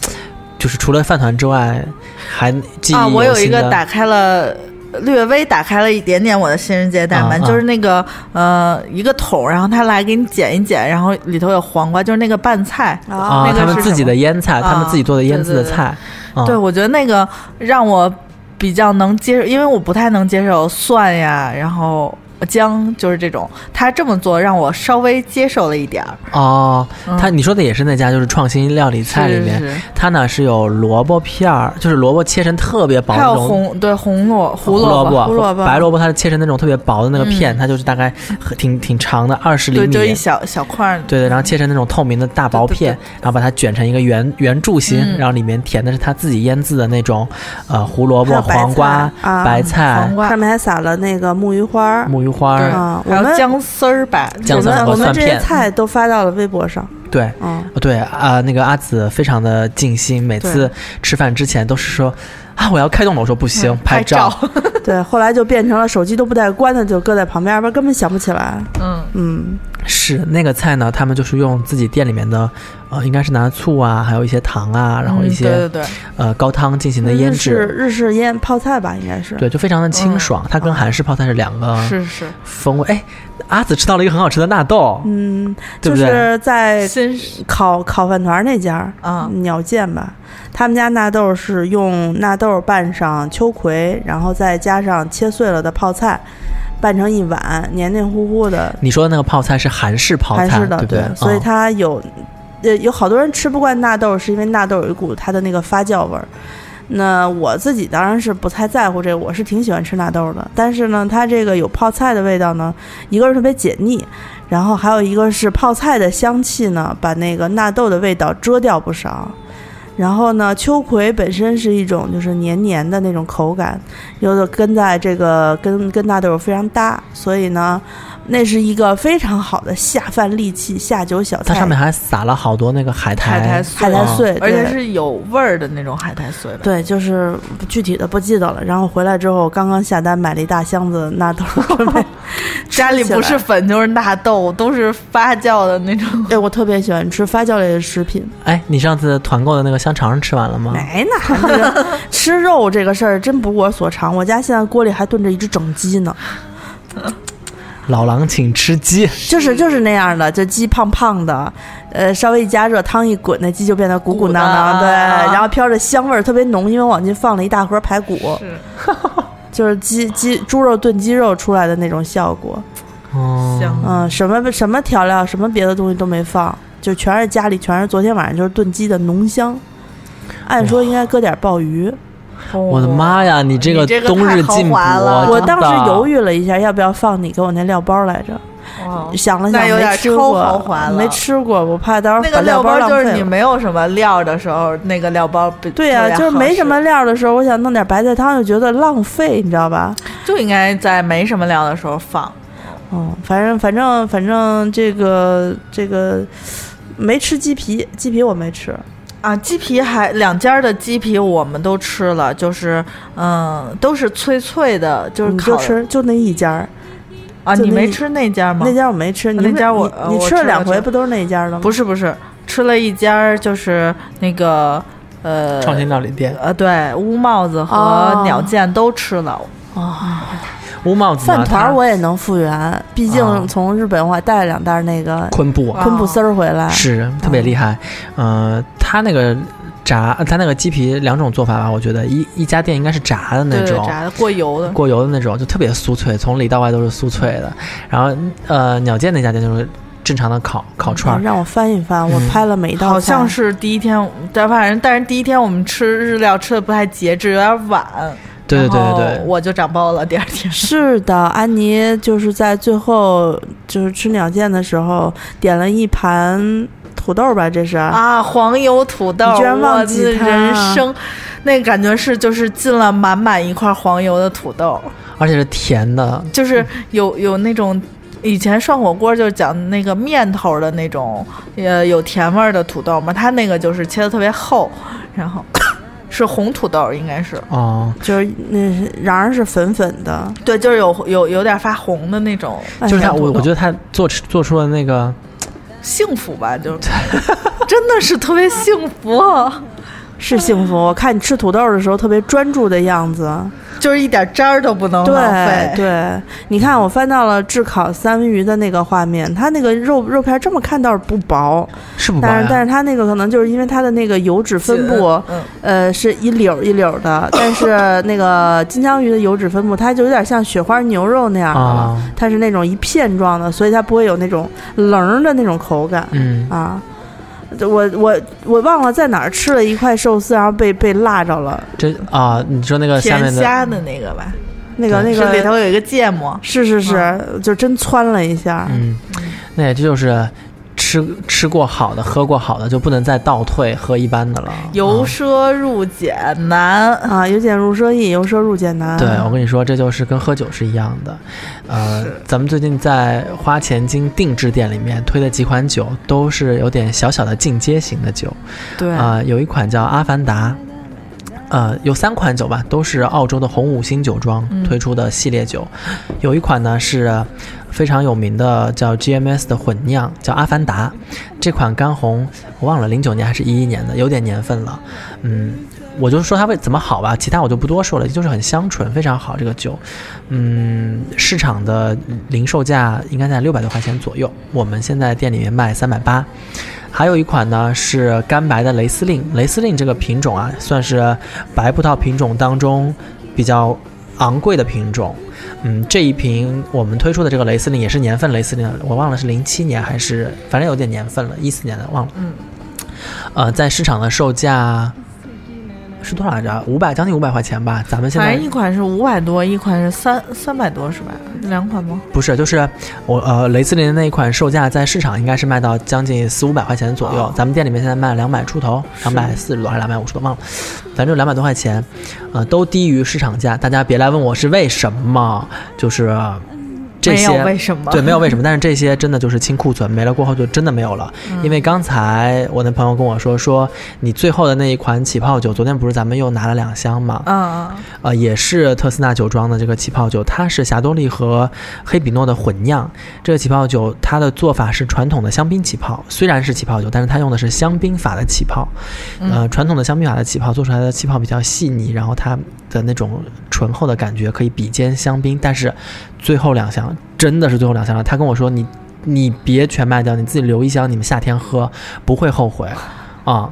[SPEAKER 1] 就是除了饭团之外，还记
[SPEAKER 3] 啊，
[SPEAKER 1] 忆
[SPEAKER 3] 我有一
[SPEAKER 1] 心
[SPEAKER 3] 个
[SPEAKER 1] 的
[SPEAKER 3] 打开了。略微打开了一点点我的新世界大门，
[SPEAKER 1] 啊啊
[SPEAKER 3] 就是那个呃一个桶，然后他来给你剪一剪，然后里头有黄瓜，就是那个拌菜。
[SPEAKER 1] 啊，
[SPEAKER 3] 那
[SPEAKER 1] 他
[SPEAKER 3] 个是
[SPEAKER 1] 们自
[SPEAKER 3] 什
[SPEAKER 1] 己
[SPEAKER 3] 么
[SPEAKER 1] 的腌菜，他们自己做的腌制的
[SPEAKER 3] 啊对对对
[SPEAKER 1] 菜，啊
[SPEAKER 3] 对，我觉得那个让我比较能接受，因为我不太能接受蒜呀，然后姜就是这种，他这么做让我稍微接受了一点儿。
[SPEAKER 1] 哦，
[SPEAKER 3] 嗯
[SPEAKER 1] 他你说的也是那家，就是创新料理菜里面，
[SPEAKER 3] 是是
[SPEAKER 1] 它呢是有萝卜片儿，就是萝卜切成特别薄
[SPEAKER 3] 还
[SPEAKER 1] 的那
[SPEAKER 3] 有
[SPEAKER 1] 种。
[SPEAKER 3] 红对红萝胡
[SPEAKER 1] 萝
[SPEAKER 3] 卜，
[SPEAKER 2] 胡萝卜
[SPEAKER 1] 白萝卜它是切成那种特别薄的那个片，
[SPEAKER 3] 嗯
[SPEAKER 1] 它就是大概很挺挺长的，二十厘
[SPEAKER 3] 对，
[SPEAKER 1] 米。
[SPEAKER 3] 就一
[SPEAKER 1] 对
[SPEAKER 3] 小小块儿。
[SPEAKER 1] 对，然后切成那种透明的大薄片，
[SPEAKER 3] 对
[SPEAKER 1] 然后把它卷成一个圆圆柱形，
[SPEAKER 3] 嗯
[SPEAKER 1] 然后里面填的是它自己腌制的那种，呃，胡萝
[SPEAKER 2] 还
[SPEAKER 1] 卜、
[SPEAKER 2] 有白菜
[SPEAKER 1] 黄瓜、
[SPEAKER 2] 啊
[SPEAKER 1] 白菜
[SPEAKER 3] 黄、瓜
[SPEAKER 2] 上面还撒了那个木鱼花儿。
[SPEAKER 1] 木鱼花
[SPEAKER 3] 对
[SPEAKER 1] 儿，
[SPEAKER 2] 啊
[SPEAKER 3] 还
[SPEAKER 2] 我
[SPEAKER 3] 有
[SPEAKER 2] 们
[SPEAKER 3] 姜丝儿吧，
[SPEAKER 1] 姜
[SPEAKER 2] 我
[SPEAKER 1] 丝儿
[SPEAKER 2] 们
[SPEAKER 1] 和
[SPEAKER 2] 我
[SPEAKER 1] 蒜
[SPEAKER 2] 们这些
[SPEAKER 1] 片嗯
[SPEAKER 2] 菜都发到了微博上，
[SPEAKER 1] 对，
[SPEAKER 2] 嗯，
[SPEAKER 1] 哦，对啊、那个阿紫非常的尽心，每次吃饭之前都是说啊，我要开动了，我说不行，拍
[SPEAKER 3] 嗯拍
[SPEAKER 1] 照。
[SPEAKER 2] 对，后来就变成了手机都不带关的，就搁在旁边，不然根本想不起来。
[SPEAKER 3] 嗯，
[SPEAKER 2] 嗯，
[SPEAKER 1] 是那个菜呢，他们就是用自己店里面的，呃，应该是拿醋啊，还有一些糖啊，然后一
[SPEAKER 3] 嗯
[SPEAKER 1] 些、
[SPEAKER 3] 对对嗯对，
[SPEAKER 1] 呃高汤进行的腌
[SPEAKER 2] 日式
[SPEAKER 1] 制，
[SPEAKER 2] 日式腌泡菜吧，应该是。
[SPEAKER 1] 对，就非常的
[SPEAKER 3] 嗯
[SPEAKER 1] 清爽。它跟韩式泡菜是两个
[SPEAKER 3] 是是
[SPEAKER 1] 风味。哎，阿紫吃到了一个很好吃的纳豆，
[SPEAKER 2] 嗯，
[SPEAKER 1] 对
[SPEAKER 2] 就
[SPEAKER 1] 不对
[SPEAKER 2] 是在
[SPEAKER 3] 新式
[SPEAKER 2] 烤烤饭团那家儿
[SPEAKER 3] 啊
[SPEAKER 2] 嗯鸟见吧，他们家纳豆是用纳豆拌上秋葵，然后再加上切碎了的泡菜，拌成一碗，黏黏糊糊的，
[SPEAKER 1] 你说的那个泡菜是韩式泡
[SPEAKER 2] 还
[SPEAKER 1] 菜，
[SPEAKER 2] 是的，
[SPEAKER 1] 对不对？
[SPEAKER 2] 所以
[SPEAKER 1] 嗯
[SPEAKER 2] 它有，呃，有好多人吃不惯纳豆，是因为纳豆有一股它的那个发酵味儿。那我自己当然是不太在乎这个，我是挺喜欢吃纳豆的。但是呢，它这个有泡菜的味道呢，一个是特别解腻，然后还有一个是泡菜的香气呢，把那个纳豆的味道遮掉不少。然后呢，秋葵本身是一种就是黏黏的那种口感，有的跟在这个跟跟纳豆非常搭，所以呢，那是一个非常好的下饭利器下酒小
[SPEAKER 1] 它
[SPEAKER 2] 菜。
[SPEAKER 1] 上面还撒了好多那个海苔，
[SPEAKER 3] 海苔啊
[SPEAKER 2] 海苔碎，
[SPEAKER 3] 而
[SPEAKER 2] 对
[SPEAKER 3] 且是有味儿的那种海苔碎吧？
[SPEAKER 2] 对，就是具体的不记得了。然后回来之后，刚刚下单买了一大箱子纳 豆，准备
[SPEAKER 3] 家里
[SPEAKER 2] 吃起
[SPEAKER 3] 不是
[SPEAKER 2] 来
[SPEAKER 3] 粉就是纳豆，都是发酵的那种。
[SPEAKER 2] 对我特别喜欢吃发酵类的食品。
[SPEAKER 1] 哎，你上次团购的那个香肠吃完了吗？
[SPEAKER 2] 没呢，这个吃肉这个事儿真不我所长。我家现在锅里还炖着一只整鸡呢，
[SPEAKER 1] 老狼请吃鸡，
[SPEAKER 2] 就是就是那样的，就鸡胖胖的，呃，稍微一加热，汤一滚，那鸡就变得鼓鼓
[SPEAKER 3] 鼓
[SPEAKER 2] 囊囊，
[SPEAKER 3] 的
[SPEAKER 2] 对，然后飘着香味儿特别浓，因为往进放了一大盒排骨，
[SPEAKER 3] 是
[SPEAKER 2] 就是鸡鸡猪肉炖鸡肉出来的那种效果。
[SPEAKER 1] 哦，
[SPEAKER 3] 香
[SPEAKER 2] 嗯，什么什么调料，什么别的东西都没放，就全是家里全是昨天晚上就是炖鸡的浓香。按说应该搁点鲍鱼，
[SPEAKER 3] 哦
[SPEAKER 1] 我的！妈呀，你这
[SPEAKER 3] 你这个
[SPEAKER 1] 冬日进
[SPEAKER 3] 太豪
[SPEAKER 1] 补，
[SPEAKER 3] 华了
[SPEAKER 2] 我当时犹
[SPEAKER 1] 豫，
[SPEAKER 2] 豫了一下，要不要放你给我那料包来着？
[SPEAKER 3] 哇
[SPEAKER 2] 想了想，
[SPEAKER 3] 那有点
[SPEAKER 2] 没吃
[SPEAKER 3] 超
[SPEAKER 2] 过
[SPEAKER 3] 豪华了
[SPEAKER 2] 没吃过，我怕到时候
[SPEAKER 3] 那
[SPEAKER 2] 把
[SPEAKER 3] 个料
[SPEAKER 2] 包
[SPEAKER 3] 包
[SPEAKER 2] 浪
[SPEAKER 3] 就
[SPEAKER 2] 费
[SPEAKER 3] 是你
[SPEAKER 2] 了
[SPEAKER 3] 啊没有什么料的时候，那个料包不
[SPEAKER 2] 对呀、
[SPEAKER 3] 呀，
[SPEAKER 2] 就是没什么，料的时候，我想弄点白菜汤，就觉得浪费，你知道吧？
[SPEAKER 3] 就应该在没什么料的时候放。
[SPEAKER 2] 嗯，反正反正反正这个这个没吃鸡皮，鸡皮我没吃，
[SPEAKER 3] 啊，鸡皮还两家的鸡皮我们都吃了，就是嗯，都是脆脆的，就是
[SPEAKER 2] 你
[SPEAKER 3] 烤
[SPEAKER 2] 就吃就那一家儿，
[SPEAKER 3] 啊，
[SPEAKER 2] 就
[SPEAKER 3] 你
[SPEAKER 2] 那
[SPEAKER 3] 没
[SPEAKER 2] 一
[SPEAKER 3] 吃那家吗？
[SPEAKER 2] 那家我没吃，你
[SPEAKER 3] 那家
[SPEAKER 2] 不
[SPEAKER 3] 我呃
[SPEAKER 2] 你
[SPEAKER 3] 我
[SPEAKER 2] 你
[SPEAKER 3] 吃
[SPEAKER 2] 了
[SPEAKER 3] 了
[SPEAKER 2] 两
[SPEAKER 3] 吃
[SPEAKER 2] 回，
[SPEAKER 3] 了
[SPEAKER 2] 不都是那一家的吗？
[SPEAKER 3] 不是不是，吃了一家就是那个呃
[SPEAKER 1] 创新料理店，
[SPEAKER 3] 呃，对，乌帽子和
[SPEAKER 2] 哦
[SPEAKER 3] 鸟剑都吃了。
[SPEAKER 2] 啊，
[SPEAKER 1] 乌帽子啊嘛
[SPEAKER 2] 饭团儿
[SPEAKER 1] 它
[SPEAKER 2] 我也能复原，毕
[SPEAKER 1] 啊
[SPEAKER 2] 竟从日本我还带了两袋那个
[SPEAKER 1] 昆布啊
[SPEAKER 3] 哇
[SPEAKER 2] 昆布丝儿回来，
[SPEAKER 1] 是特别厉害，呃，它那个炸，它那个鸡皮两种做法吧，我觉得一一家店应该是炸的那
[SPEAKER 3] 对对，
[SPEAKER 1] 种，
[SPEAKER 3] 炸的过油的，
[SPEAKER 1] 过油的那种，就特别酥脆，从里到外都是酥脆的。然后呃，鸟见那家店就是正常的烤烤串儿，
[SPEAKER 2] 嗯让我翻一翻，我
[SPEAKER 1] 嗯
[SPEAKER 2] 拍了每一道菜，
[SPEAKER 3] 好像是第一天，但反正但是第一天我们吃日料吃的不太节制，有点晚。
[SPEAKER 1] 对对对
[SPEAKER 3] 然后
[SPEAKER 1] 对对。
[SPEAKER 3] 我就长包了。第二 天
[SPEAKER 2] 是的，安妮就是在最后就是吃鸟剑的时候点了一盘土豆吧，这是。
[SPEAKER 3] 啊，黄油土豆，
[SPEAKER 2] 你居然忘
[SPEAKER 3] 我
[SPEAKER 2] 记
[SPEAKER 3] 的
[SPEAKER 2] 它啊
[SPEAKER 3] 人生，那感觉是就是进了满满一块黄油的土豆，
[SPEAKER 1] 而且是甜的，
[SPEAKER 3] 就是
[SPEAKER 2] 嗯
[SPEAKER 3] 有有那种。以前涮火锅就是讲那个面头的那种，呃，有甜味儿的土豆嘛，它那个就是切的特别厚，然后是红土豆，应该是
[SPEAKER 1] 哦，
[SPEAKER 2] 就是那瓤儿是粉粉的，
[SPEAKER 3] 对，就是有有有点发红的那种
[SPEAKER 2] 哎
[SPEAKER 1] 就是
[SPEAKER 2] 呀
[SPEAKER 1] 他，我我觉得他做出做出了那个，
[SPEAKER 3] 幸福 吧，就是真的是特别幸福、啊
[SPEAKER 2] 是幸福。我看你吃土豆的时候特别专注的样子，
[SPEAKER 3] 就是一点渣儿都不能浪
[SPEAKER 2] 对
[SPEAKER 3] 费。
[SPEAKER 2] 对。你看我翻到了炙烤三文鱼的那个画面，它那个肉肉片儿这么看倒是不薄，
[SPEAKER 1] 是不
[SPEAKER 2] 但是但
[SPEAKER 1] 呀？
[SPEAKER 2] 是它那个可能就是因为它的那个油脂分布，
[SPEAKER 3] 嗯，
[SPEAKER 2] 呃，是一绺儿一绺儿 的，但是那个金枪鱼的油脂分布，它就有点像雪花牛肉那样的了，
[SPEAKER 1] 啊，
[SPEAKER 2] 它是那种一片状的，所以它不会有那种棱儿的那种口感
[SPEAKER 1] 嗯，
[SPEAKER 2] 啊。我我我忘了在哪儿吃了一块寿司，然后被被辣着了，
[SPEAKER 1] 这啊，你说那个下
[SPEAKER 3] 甜
[SPEAKER 1] 面的
[SPEAKER 3] 虾的那个吧，
[SPEAKER 2] 那个
[SPEAKER 1] 对
[SPEAKER 2] 那
[SPEAKER 3] 是里
[SPEAKER 2] 个
[SPEAKER 3] 头有一个芥末，
[SPEAKER 2] 是是是，就真窜了一下。
[SPEAKER 1] 啊嗯，那也就是吃吃过好的，喝过好的，就不能再倒退喝一般的了。
[SPEAKER 3] 由
[SPEAKER 1] 啊
[SPEAKER 3] 奢入俭难。
[SPEAKER 2] 啊，由俭入奢易，由奢入俭
[SPEAKER 3] 啊
[SPEAKER 2] 难。
[SPEAKER 1] 对，我跟你说，这就是跟喝酒是一样的。呃
[SPEAKER 3] 是，
[SPEAKER 1] 咱们最近在花钱精定制店里面推的几款酒，都是有点小小的进阶型的酒。
[SPEAKER 3] 对
[SPEAKER 1] 啊，有一款叫阿凡达，呃，有三款酒吧，都是澳洲的红五星酒庄
[SPEAKER 3] 嗯
[SPEAKER 1] 推出的系列酒。有一款呢是非常有名的，叫 GMS 的混酿，叫阿凡达。这款干红我忘了零九年还是一一年的，有点年份了。嗯，我就说它会怎么好吧，其他我就不多说了，就是很香醇，非常好这个酒。嗯，市场的零售价应该在六百多块钱左右，我们现在店里面卖三百八。还有一款呢是干白的雷司令，雷司令这个品种啊，算是白葡萄品种当中比较昂贵的品种。嗯，这一瓶我们推出的这个雷司令也是年份雷司令，我忘了是零七年还是反正有点年份了，一四年的忘了。
[SPEAKER 3] 嗯，
[SPEAKER 1] 呃，在市场的售价是多少来着？五百，将近五百块钱吧。咱们现
[SPEAKER 3] 反
[SPEAKER 1] 在
[SPEAKER 3] 正一款是五百多，一款是三三百多，是吧？两款吗？
[SPEAKER 1] 不是，就是我呃，雷司令的那一款售价在市场应该是卖到将近四五百块钱左右，
[SPEAKER 3] 哦
[SPEAKER 1] 咱们店里面现在卖两百出头，两百四十多还是两百五十多，忘了，反正就两百多块钱，呃，都低于市场价。大家别来问我是为什么，就是呃这
[SPEAKER 3] 没有
[SPEAKER 1] 些
[SPEAKER 3] 为什么？
[SPEAKER 1] 对，没有为什么，但是这些真的就是清库存，没了过后就真的没有了。
[SPEAKER 3] 嗯
[SPEAKER 1] 因为刚才我的朋友跟我说，说你最后的那一款起泡酒，昨天不是咱们又拿了两箱嘛？
[SPEAKER 3] 嗯，嗯，
[SPEAKER 1] 呃，也是特斯纳酒庄的这个起泡酒，它是霞多丽和黑比诺的混酿。这个起泡酒它的做法是传统的香槟起泡，虽然是起泡酒，但是它用的是香槟法的起泡。
[SPEAKER 2] 嗯
[SPEAKER 1] 呃，传统的香槟法的起泡做出来的气泡比较细腻，然后它的那种醇厚的感觉可以比肩香槟。但是最后两箱真的是最后两箱了，他跟我说你你别全卖掉，你自己留一箱，你们夏天喝不会后悔啊。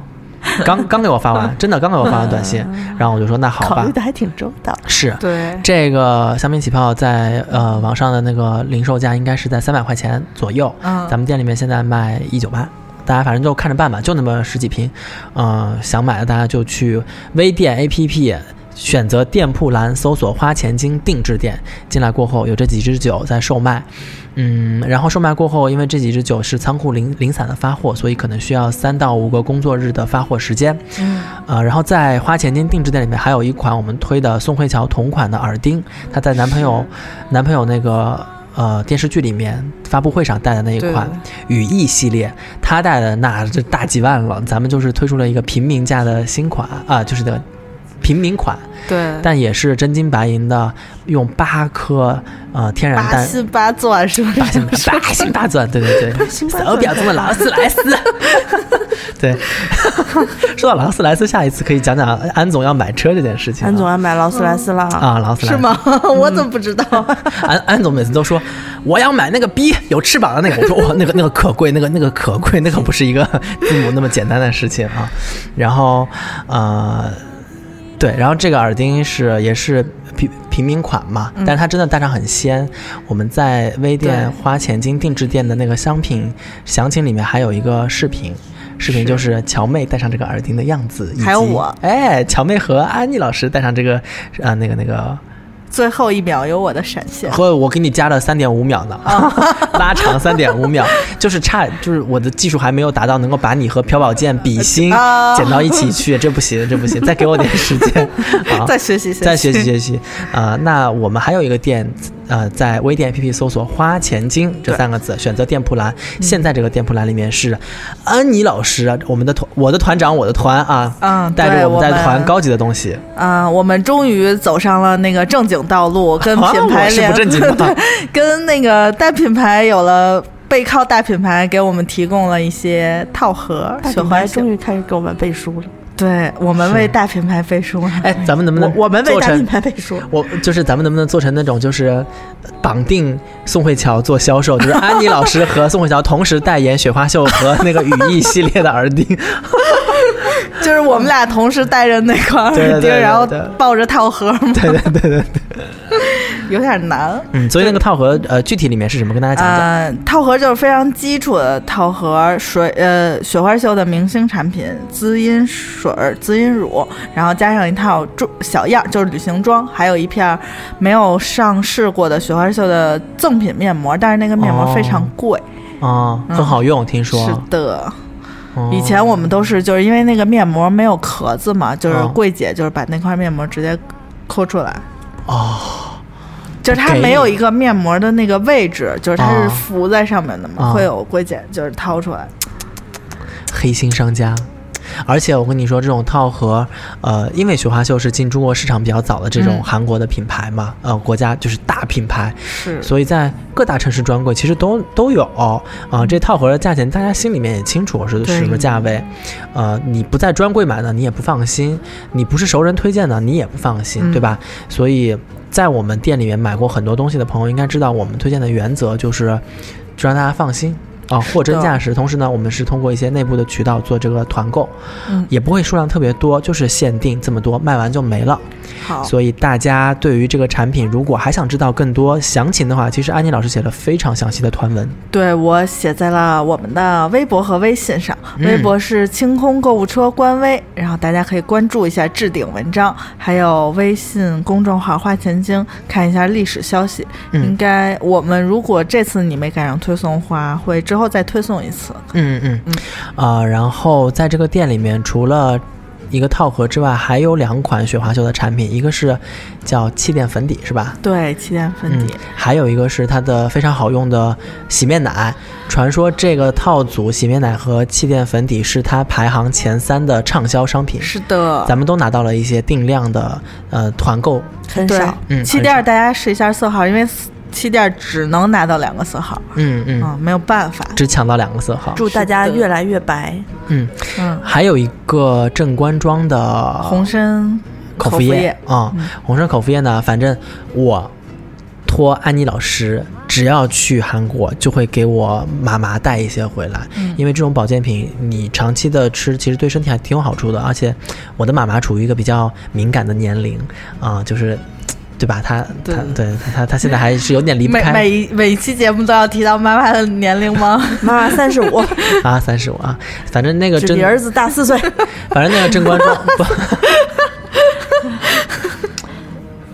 [SPEAKER 1] 刚刚给我发 完，真的刚给我发完短信，然后我就说那好
[SPEAKER 2] 嗯考
[SPEAKER 1] 吧
[SPEAKER 2] 虑，的还挺周到。
[SPEAKER 1] 是
[SPEAKER 3] 嗯对，
[SPEAKER 1] 这个香槟起泡在呃网上的那个零售价应该是在三百块钱左右，
[SPEAKER 3] 嗯，
[SPEAKER 1] 咱们店里面现在卖一九八，大家反正就看着办吧，就那么十几瓶，嗯、想买的大家就去微店 APP。选择店铺栏搜索“花钱精定制店”，进来过后有这几支酒在售卖，嗯，然后售卖过后，因为这几支酒是仓库零零散的发货，所以可能需要三到五个工作日的发货时间。
[SPEAKER 3] 嗯
[SPEAKER 1] 呃，然后在花钱精定制店里面还有一款我们推的宋慧乔同款的耳钉，她在男朋友男朋友那个呃电视剧里面发布会上戴的那一
[SPEAKER 3] 对
[SPEAKER 1] 款羽翼系列，她戴的那这大几万了，咱们就是推出了一个平民价的新款啊、就是那个平民款，
[SPEAKER 3] 对，
[SPEAKER 1] 但也是真金白银的，用八颗呃天然
[SPEAKER 3] 八
[SPEAKER 1] 蛋。
[SPEAKER 3] 心八钻是不是？
[SPEAKER 1] 八星八星八钻，对对对，
[SPEAKER 2] 星八
[SPEAKER 1] 手表中的劳斯莱斯。 对，说到劳斯莱斯，下一次可以讲讲安总要买车这件事情啊。
[SPEAKER 2] 安总要买劳斯莱斯了，
[SPEAKER 1] 啊，劳斯莱
[SPEAKER 3] 是
[SPEAKER 1] 斯？
[SPEAKER 3] 吗？ 我怎么不知道？
[SPEAKER 1] 安安总每次都说我要买那个 B 有翅膀的那个，我说我那个那个可贵，那个那个可贵，那个不是一个 字母那么简单的事情啊。然后呃，对，然后这个耳钉是也是平平民款嘛，但是它真的戴上很仙。我们在微店
[SPEAKER 3] 嗯对
[SPEAKER 1] 花钱精定制店的那个商品详情里面还有一个视频。视频就是乔妹戴上这个耳钉的样子，以及
[SPEAKER 3] 还有我
[SPEAKER 1] 哎，乔妹和安妮老师戴上这个，呃，那个那个
[SPEAKER 3] 最后一秒有我的闪现。
[SPEAKER 1] 和我给你加了三点五秒呢， 拉长三点五秒，就是差，就是我的技术还没有达到能够把你和朴宝剑比心
[SPEAKER 3] 啊
[SPEAKER 1] 剪到一起去，这不行，这不行，再给我点时间，好，
[SPEAKER 3] 再学习学习，
[SPEAKER 1] 再学习学习，啊，那我们还有一个店，呃，在微店 APP 搜索“花钱精”这三个字，选择店铺栏，现在这个店铺栏里面是安妮老师，啊我们的团，我的团长，我的团啊，
[SPEAKER 3] 嗯
[SPEAKER 1] 带着
[SPEAKER 3] 对
[SPEAKER 1] 我们在
[SPEAKER 3] 我们
[SPEAKER 1] 团高级的东西，
[SPEAKER 3] 啊、我们终于走上了那个正经道路，跟
[SPEAKER 1] 啊
[SPEAKER 3] 品牌
[SPEAKER 1] 我是
[SPEAKER 3] 联、
[SPEAKER 1] 不正经的
[SPEAKER 3] 对， 跟那个大品牌有了背靠大品牌，给我们提供了一些套盒。
[SPEAKER 2] 大
[SPEAKER 3] 雪
[SPEAKER 2] 品
[SPEAKER 3] 花
[SPEAKER 2] 牌
[SPEAKER 3] 秀
[SPEAKER 2] 终于开始给我们背书了。
[SPEAKER 3] 对我们
[SPEAKER 1] 是
[SPEAKER 3] 为大品牌背书了。
[SPEAKER 1] 哎，咱们能不能
[SPEAKER 2] 我我们为
[SPEAKER 1] 做
[SPEAKER 2] 大
[SPEAKER 1] 成
[SPEAKER 2] 品牌背书，
[SPEAKER 1] 我就是咱们能不能做成那种就是呃绑定宋慧乔做销售，就是安妮老师和宋慧乔同时代言雪花秀和那个羽翼系列的耳钉，
[SPEAKER 3] 就是我们俩同时戴着那 款耳钉，
[SPEAKER 1] 对对对对
[SPEAKER 3] 然后
[SPEAKER 1] 对
[SPEAKER 3] 抱着套盒嘛，
[SPEAKER 1] 对对对对对，
[SPEAKER 3] 有点难。
[SPEAKER 1] 嗯，所以那个套盒呃具体里面是什么，跟大家讲讲。
[SPEAKER 3] 呃，套盒就是非常基础的套盒，水呃雪花秀的明星产品，滋阴水、滋阴乳，然后加上一套中小样，就是旅行装，还有一片没有上市过的雪花秀的赠品面膜，但是那个面膜非常贵。
[SPEAKER 1] 哦，很好用，听
[SPEAKER 3] 呃是
[SPEAKER 1] 说。
[SPEAKER 3] 的，
[SPEAKER 1] 哦
[SPEAKER 3] 以前我们都是就是因为那个面膜没有壳子嘛，就是
[SPEAKER 1] 哦
[SPEAKER 3] 柜姐就是把那块面膜直接抠出来。
[SPEAKER 1] 哦
[SPEAKER 3] 就是它
[SPEAKER 1] 给
[SPEAKER 3] 没有一个面膜的那个位置，就是它
[SPEAKER 1] 啊
[SPEAKER 3] 是浮在上面的嘛，
[SPEAKER 1] 啊
[SPEAKER 3] 会有柜姐就是掏出来。
[SPEAKER 1] 黑心商家。而且我跟你说，这种套盒，呃，因为雪花秀是进中国市场比较早的这种
[SPEAKER 3] 嗯
[SPEAKER 1] 韩国的品牌嘛，呃，国家就是大品牌，
[SPEAKER 3] 是
[SPEAKER 1] 所以在各大城市专柜其实都都有啊、这套盒的价钱大家心里面也清楚是
[SPEAKER 3] 嗯对
[SPEAKER 1] 什么价位，呃，你不在专柜买呢，你也不放心；你不是熟人推荐的，你也不放心，
[SPEAKER 3] 嗯
[SPEAKER 1] 对吧？所以在我们店里面买过很多东西的朋友应该知道，我们推荐的原则就是，就让大家放心。啊、货真
[SPEAKER 3] 的
[SPEAKER 1] 价实。同时呢，我们是通过一些内部的渠道做这个团购，
[SPEAKER 3] 嗯，
[SPEAKER 1] 也不会数量特别多，就是限定这么多，卖完就没了。
[SPEAKER 3] 好，
[SPEAKER 1] 所以大家对于这个产品，如果还想知道更多详情的话，其实安妮老师写了非常详细的团文。
[SPEAKER 3] 对我写在了我们的微博和微信上，
[SPEAKER 1] 嗯
[SPEAKER 3] 微博是清空购物车官微，然后大家可以关注一下置顶文章，还有微信公众号“花钱精”，看一下历史消息。
[SPEAKER 1] 嗯
[SPEAKER 3] 应该我们如果这次你没赶上推送的话，会之后再推送一次。
[SPEAKER 1] 嗯嗯嗯，啊、然后在这个店里面，除了一个套盒之外，还有两款雪花秀的产品，一个是叫气垫粉底，是吧？
[SPEAKER 3] 对，气垫粉
[SPEAKER 1] 嗯
[SPEAKER 3] 底，，
[SPEAKER 1] 还有一个是它的非常好用的洗面奶，传说这个套组洗面奶和气垫粉底是它排行前三的畅销商品，
[SPEAKER 3] 是的，
[SPEAKER 1] 咱们都拿到了一些定量的呃团购，
[SPEAKER 2] 很
[SPEAKER 3] 对
[SPEAKER 2] 少。
[SPEAKER 1] 嗯，
[SPEAKER 3] 气
[SPEAKER 1] 很
[SPEAKER 3] 垫
[SPEAKER 1] 少
[SPEAKER 3] 儿大家试一下色号，因为气垫儿只能拿到两个色号，
[SPEAKER 1] 嗯嗯，
[SPEAKER 3] 嗯，没有办法。
[SPEAKER 1] 只抢到两个色号，
[SPEAKER 2] 祝大家
[SPEAKER 3] 是的
[SPEAKER 2] 越来越白，
[SPEAKER 1] 嗯，
[SPEAKER 3] 嗯，
[SPEAKER 1] 还有一个正官庄的
[SPEAKER 3] 红参
[SPEAKER 1] 口
[SPEAKER 3] 服
[SPEAKER 1] 服液啊、
[SPEAKER 3] 嗯
[SPEAKER 1] 红参口服液呢，反正我托安妮老师，只要去韩国就会给我妈妈带一些回来，
[SPEAKER 3] 嗯
[SPEAKER 1] 因为这种保健品你长期的吃，其实对身体还挺有好处的。而且我的妈妈处于一个比较敏感的年龄啊、就是。对吧？她
[SPEAKER 3] 对
[SPEAKER 1] 她对她她现在还是有点离不
[SPEAKER 3] 每每
[SPEAKER 1] 开
[SPEAKER 3] 一每一期节目都要提到妈妈的年龄吗？
[SPEAKER 2] 妈妈三十 五，
[SPEAKER 1] 啊，三十五啊，反正那个
[SPEAKER 2] 只
[SPEAKER 1] 真
[SPEAKER 2] 比儿子大四岁。
[SPEAKER 1] 反正那个正官 庄不，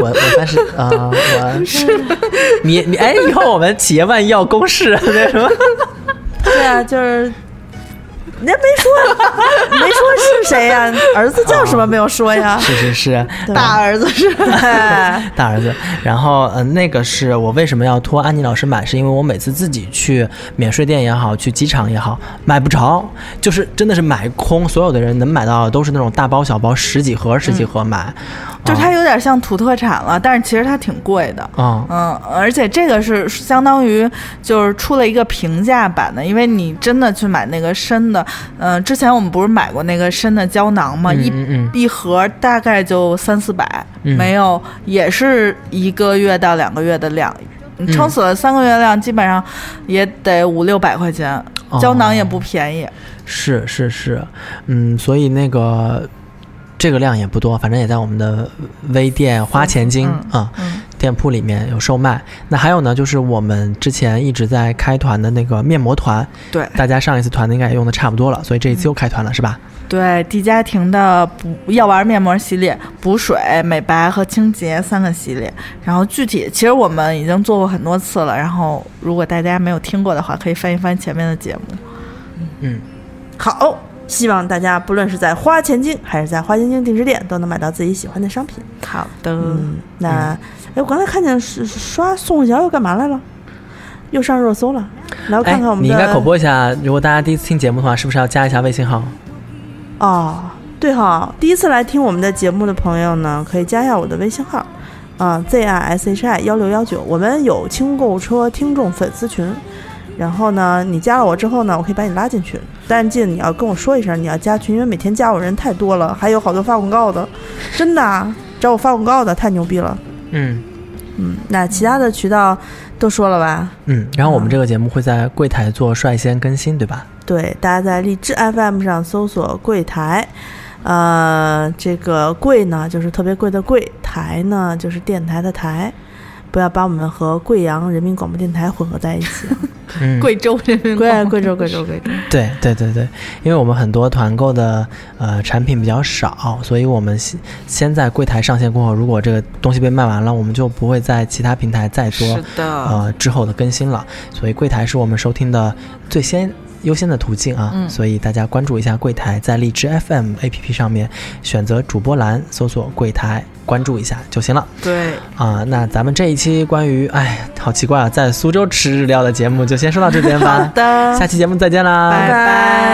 [SPEAKER 1] 我我三十啊，我是你你哎，以后我们企业办要公示那什么，
[SPEAKER 2] 对啊，就是人家没说，没说是谁呀、儿子叫什么没有说呀？
[SPEAKER 1] 是是是，
[SPEAKER 3] 大儿子是
[SPEAKER 1] 啊
[SPEAKER 2] 哎，
[SPEAKER 1] 大儿子。然后，嗯、那个是我为什么要托安妮老师买，是因为我每次自己去免税店也好，去机场也好，买不着，就是真的是买空。所有的人能买到的都是那种大包小包，十几盒十几盒买，
[SPEAKER 3] 就是它有点像土特产了，但是其实它挺贵的。
[SPEAKER 1] 啊、
[SPEAKER 3] 嗯，而且这个是相当于就是出了一个平价版的，因为你真的去买那个深的，嗯、之前我们不是买过那个深的胶囊吗？
[SPEAKER 1] 嗯
[SPEAKER 3] 一
[SPEAKER 1] 嗯嗯
[SPEAKER 3] 一盒大概就三四百，
[SPEAKER 1] 嗯
[SPEAKER 3] 没有，也是一个月到两个月的量，你
[SPEAKER 1] 嗯
[SPEAKER 3] 撑死了三个月量，基本上也得五六百块钱，
[SPEAKER 1] 哦
[SPEAKER 3] 胶囊也不便宜。
[SPEAKER 1] 是是是，嗯，所以那个这个量也不多，反正也在我们的微店花钱精啊、
[SPEAKER 3] 嗯
[SPEAKER 1] 店铺里面有售卖。那还有呢，就是我们之前一直在开团的那个面膜团，
[SPEAKER 3] 对
[SPEAKER 1] 大家上一次团的应该也用的差不多了，所以这
[SPEAKER 2] 嗯
[SPEAKER 1] 一次又开团了，是吧？
[SPEAKER 3] 对，迪家婷的补药丸面膜系列、补水、美白和清洁三个系列。然后具体其实我们已经做过很多次了，然后如果大家没有听过的话，可以翻一翻前面的节目。
[SPEAKER 2] 好，希望大家不论是在花钱精还是在花钱精定制店，都能买到自己喜欢的商品。
[SPEAKER 3] 好的，
[SPEAKER 2] 嗯，那哎，我刚才看见是是刷宋慧乔又干嘛来了？又上热搜了，来我看看我们
[SPEAKER 1] 哎你
[SPEAKER 2] 的。
[SPEAKER 1] 应该口播一下，如果大家第一次听节目的话，是不是要加一下微信号？
[SPEAKER 2] 哦，对哈，第一次来听我们的节目的朋友呢，可以加一下我的微信号，啊、z i s h i 幺六幺九，我们有清购车听众粉丝群。然后呢，你加了我之后呢，我可以把你拉进群，但是记得你要跟我说一声，你要加群，因为每天加我人太多了，还有好多发广告的，真的、啊、找我发广告的太牛逼了。
[SPEAKER 1] 嗯
[SPEAKER 2] 嗯，那其他的渠道都说了吧？
[SPEAKER 1] 嗯，然后我们这个节目会在柜台做率先更新，对吧？
[SPEAKER 2] 对，大家在荔枝 FM 上搜索“柜台”，呃，这个“贵”呢就是特别贵的“贵”，“台”呢就是电台的“台”，不要把我们和贵阳人民广播电台混合在一起啊。
[SPEAKER 1] 嗯，
[SPEAKER 3] 贵州这边
[SPEAKER 2] 贵贵州，贵州，贵州。
[SPEAKER 1] 对对对对，因为我们很多团购的呃产品比较少，所以我们先先在柜台上线过后，如果这个东西被卖完了，我们就不会在其他平台再做
[SPEAKER 3] 是的，
[SPEAKER 1] 呃之后的更新了。所以柜台是我们收听的最先优先的途径啊，
[SPEAKER 3] 嗯
[SPEAKER 1] 所以大家关注一下柜台，在荔枝 FM APP 上面选择主播栏，搜索柜台，关注一下就行了。
[SPEAKER 3] 对，
[SPEAKER 1] 啊、那咱们这一期关于哎，好奇怪啊，在苏州吃日料的节目就先说到这边
[SPEAKER 3] 好
[SPEAKER 1] 吧，
[SPEAKER 3] 的，
[SPEAKER 1] 下期节目再见啦，
[SPEAKER 3] 拜
[SPEAKER 2] 拜